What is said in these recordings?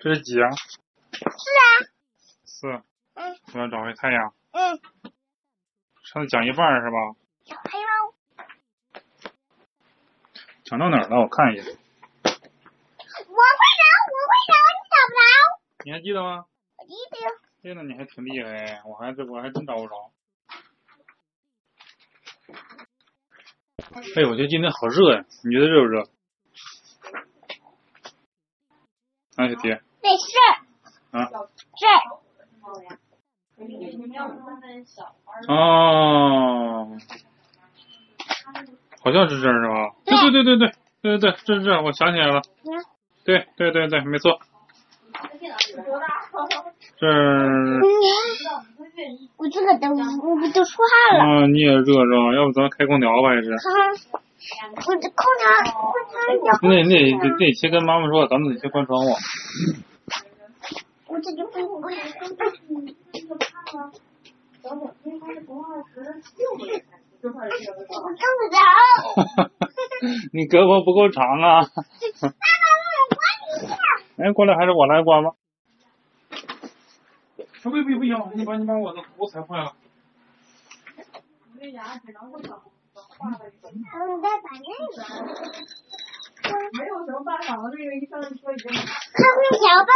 这是几啊？是四。啊，嗯我要找回太阳。嗯，上次讲一半儿是吧？小黑猫，讲到哪儿了？我看一眼。我会挠，我会挠，你找不着。你还记得吗？我记得哟，这个你还挺厉害，我还这我还真找不着。哎呦，我觉得今天好热呀！你觉得热不热？啊，小杰得是啊这儿，哦，好像是这儿是吧？对对对对对对对对，这是这儿，我想起来了。嗯对对对对，没错，这儿嗯我这个都我不都说话了，啊，你也热着，要不咱开空调吧？还是？哈哈，我这空调空调也那那那那先跟妈妈说，咱们得先关窗户。我这就不不我够不着，你胳膊不够长啊！妈妈，我管你呀。哎，过来，还是我来关吧。不不不不行，你把你把我的壶踩坏了。嗯，再把那个没有什么办法了，这个医生说已经开空调吧，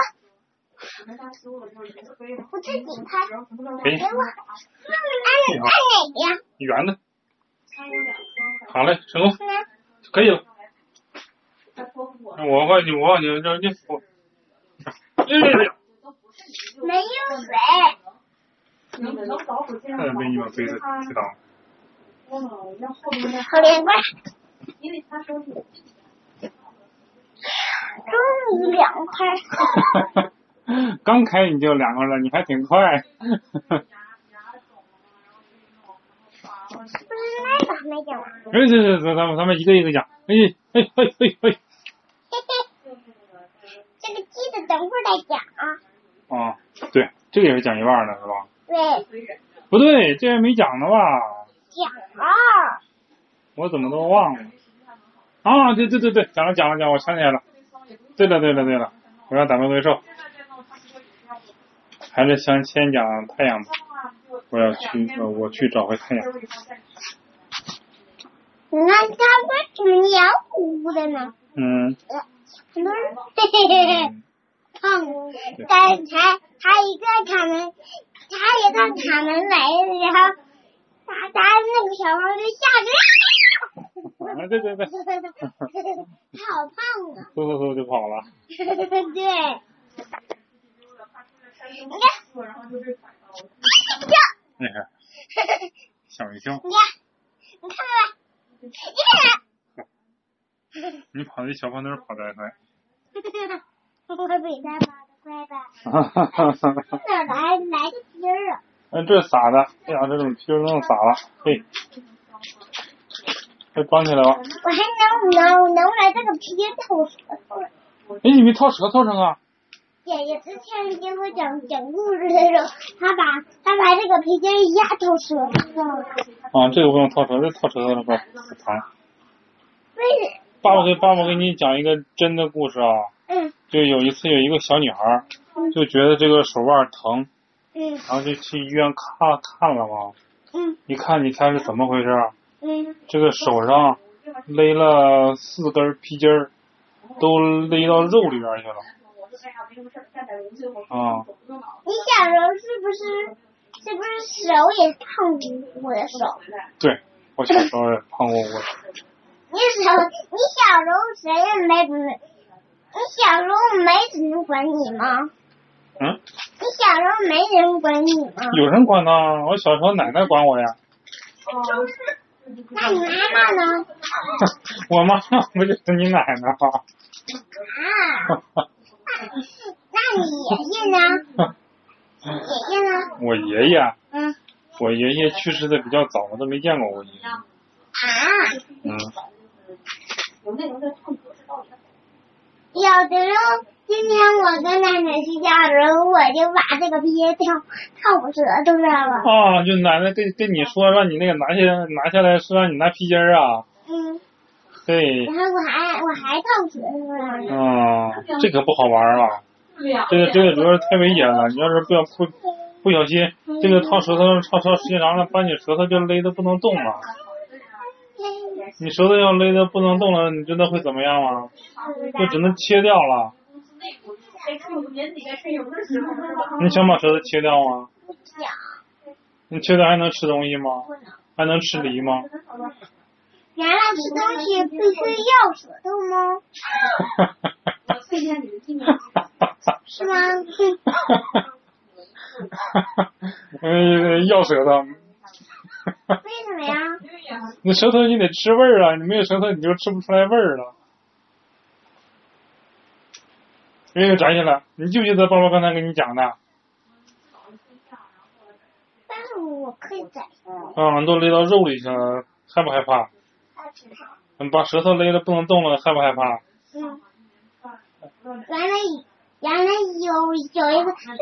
没啥思路了，就是已经飞了。我自己开。然后什么时候给你给我，妈妈按按哪个呀？圆的，他有两双，好嘞，成功，可以了。他托付我，我告诉你，我告诉你，这这我，哎呀，没有水，能能保护这样太吗？被你们飞的知道了。我老要后面的，好连贯，因为他说是终于凉快。刚开你就凉快了，你还挺快。不是那个还没讲完，哎，这这咱咱们咱们一个一个讲。哎哎哎哎哎，嘿嘿，这个记得等会儿再讲啊。啊，对，这个也是讲一半的是吧？对，不对，这还没讲呢吧？讲了，我怎么都忘了。啊，对对对对，讲了讲了讲了，我想起来了。对了对了对了，我要打败怪兽，还是先先讲太阳吧。我要去，呃，我去找回太阳。那它为什么黏糊糊的呢？嗯，很多人嘿嘿嘿嘿。看，刚才他一个卡门，他一个卡门来了，然后他他那个小猫就吓着，啊，对对对，他好胖啊！嗖嗖嗖就跑了。对，你看那是吓我一跳，你看，你看吧，你看你跑的小胖墩儿跑得 快。吧，我比他跑得快吧？哈哈哈哈哈！哪来来个皮儿啊？哎，这撒的，哎呀，这种皮儿弄撒了，嘿，快装起来吧。我还能能能来这个皮儿套舌头了。哎，你没掏舌头上啊？姐姐之前给我讲讲故事的时候，她把她把这个皮筋儿一压到舌头上了。啊，这个不用掏舌头，掏舌头的不疼。为什爸爸给爸爸给你讲一个真的故事啊，嗯就有一次有一个小女孩儿就觉得这个手腕疼，嗯然后就去医院看看了嘛，嗯一看你猜是怎么回事儿？啊嗯，这个手上勒了四根皮筋儿，都勒到肉里边儿去了。哎啊、你小时候是不是是不是手也烫过我的手？对我小时候也碰过我，你手你小时候谁也没没，你小时候没人管你吗？嗯，你小时候没人管你吗？有人管呢，我小时候奶奶管我呀， 那你妈妈呢？我妈不就是你奶奶吗？啊， 那你爷爷呢？爷爷呢？我爷爷，嗯我爷爷去世的比较早，我都没见过我爷爷。啊。嗯，有的时候，今天我跟奶奶睡觉的时候，我就把这个皮套套我舌头上了。啊，就奶奶跟跟你说，让你那个拿下拿下来是让你拿皮筋儿啊，嗯，对然，后我还我还套舌头上了。嗯，这可不好玩儿了。两这个这点个主要是太危险了，你要是不要不不小心，这个套舌头套套时间长了，把你舌头就勒的不能动了。你舌头要勒的不能动了，你知道会怎么样吗？就只能切掉了。该出油哎年底该出油的时候是 吧？你想把舌头切掉吗？不讲，你切掉还能吃东西吗？不能。还能吃梨 吗？难道吃东西必须要舌头吗？我推荐你们 今年是吗？ 哼嗯，要舌头， 为什么呀？对呀，你舌头你得吃味儿啊，你没有舌头你就吃不出来味儿了。哎呦，摘下来！你记不记得包包刚才跟你讲的？但是我可以摘下来。啊、都勒到肉里去了，害不害怕？你把舌头勒的不能动了，害不害怕？嗯，原来原来有有一个是女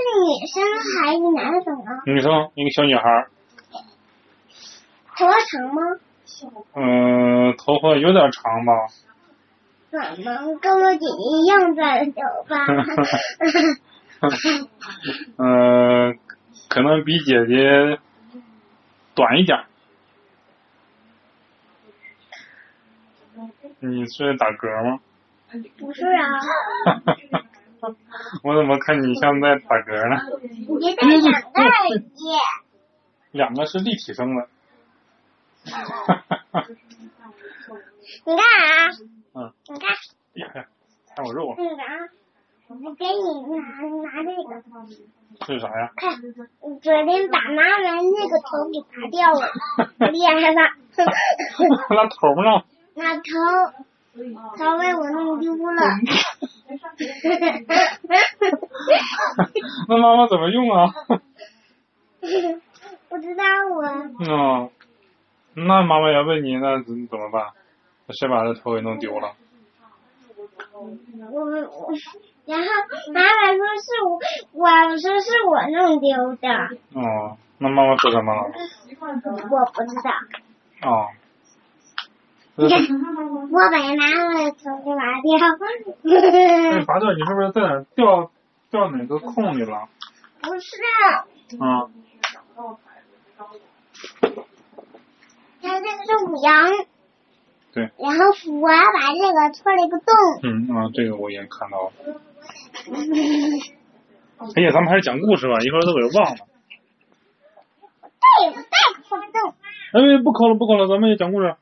生还是男的怎啊么了？女生，一个小女孩儿，头发长吗？嗯、头发有点长吧， 短吗？跟我姐姐一样短的头发。嗯、可能比姐姐短一点儿。你是打嗝吗？ 不是啊，我怎么看你像在打嗝呢？你别戴两个耳机。两个是立体声的。 你干啥？嗯，你干？呀呀，看我肉了，那啥，我给你拿拿这个，这是啥呀？ 快！我昨天把妈妈那个头给拔掉了，可厉害了。拉头上。那头头被我弄丢了。 那妈妈怎么用啊？ 不知道我嗯，那妈妈要问你，那怎怎么办？谁把这头给弄丢了？嗯我我，然后妈妈说是我，我说是我弄丢的，哦，那妈妈说什么了？习惯的。我不知道。哦，你看那，我把妈妈的头给拔掉。 拔掉，你是不是在哪儿掉掉哪个空里了？不是，啊、它这个是五羊。对。然后我把这个戳了一个洞。 嗯，啊、这个我也看到了。哎呀，咱们还是讲故事吧，一会儿都给忘了。对，我再戳个洞。哎，不抠了，不抠了，咱们也讲故事。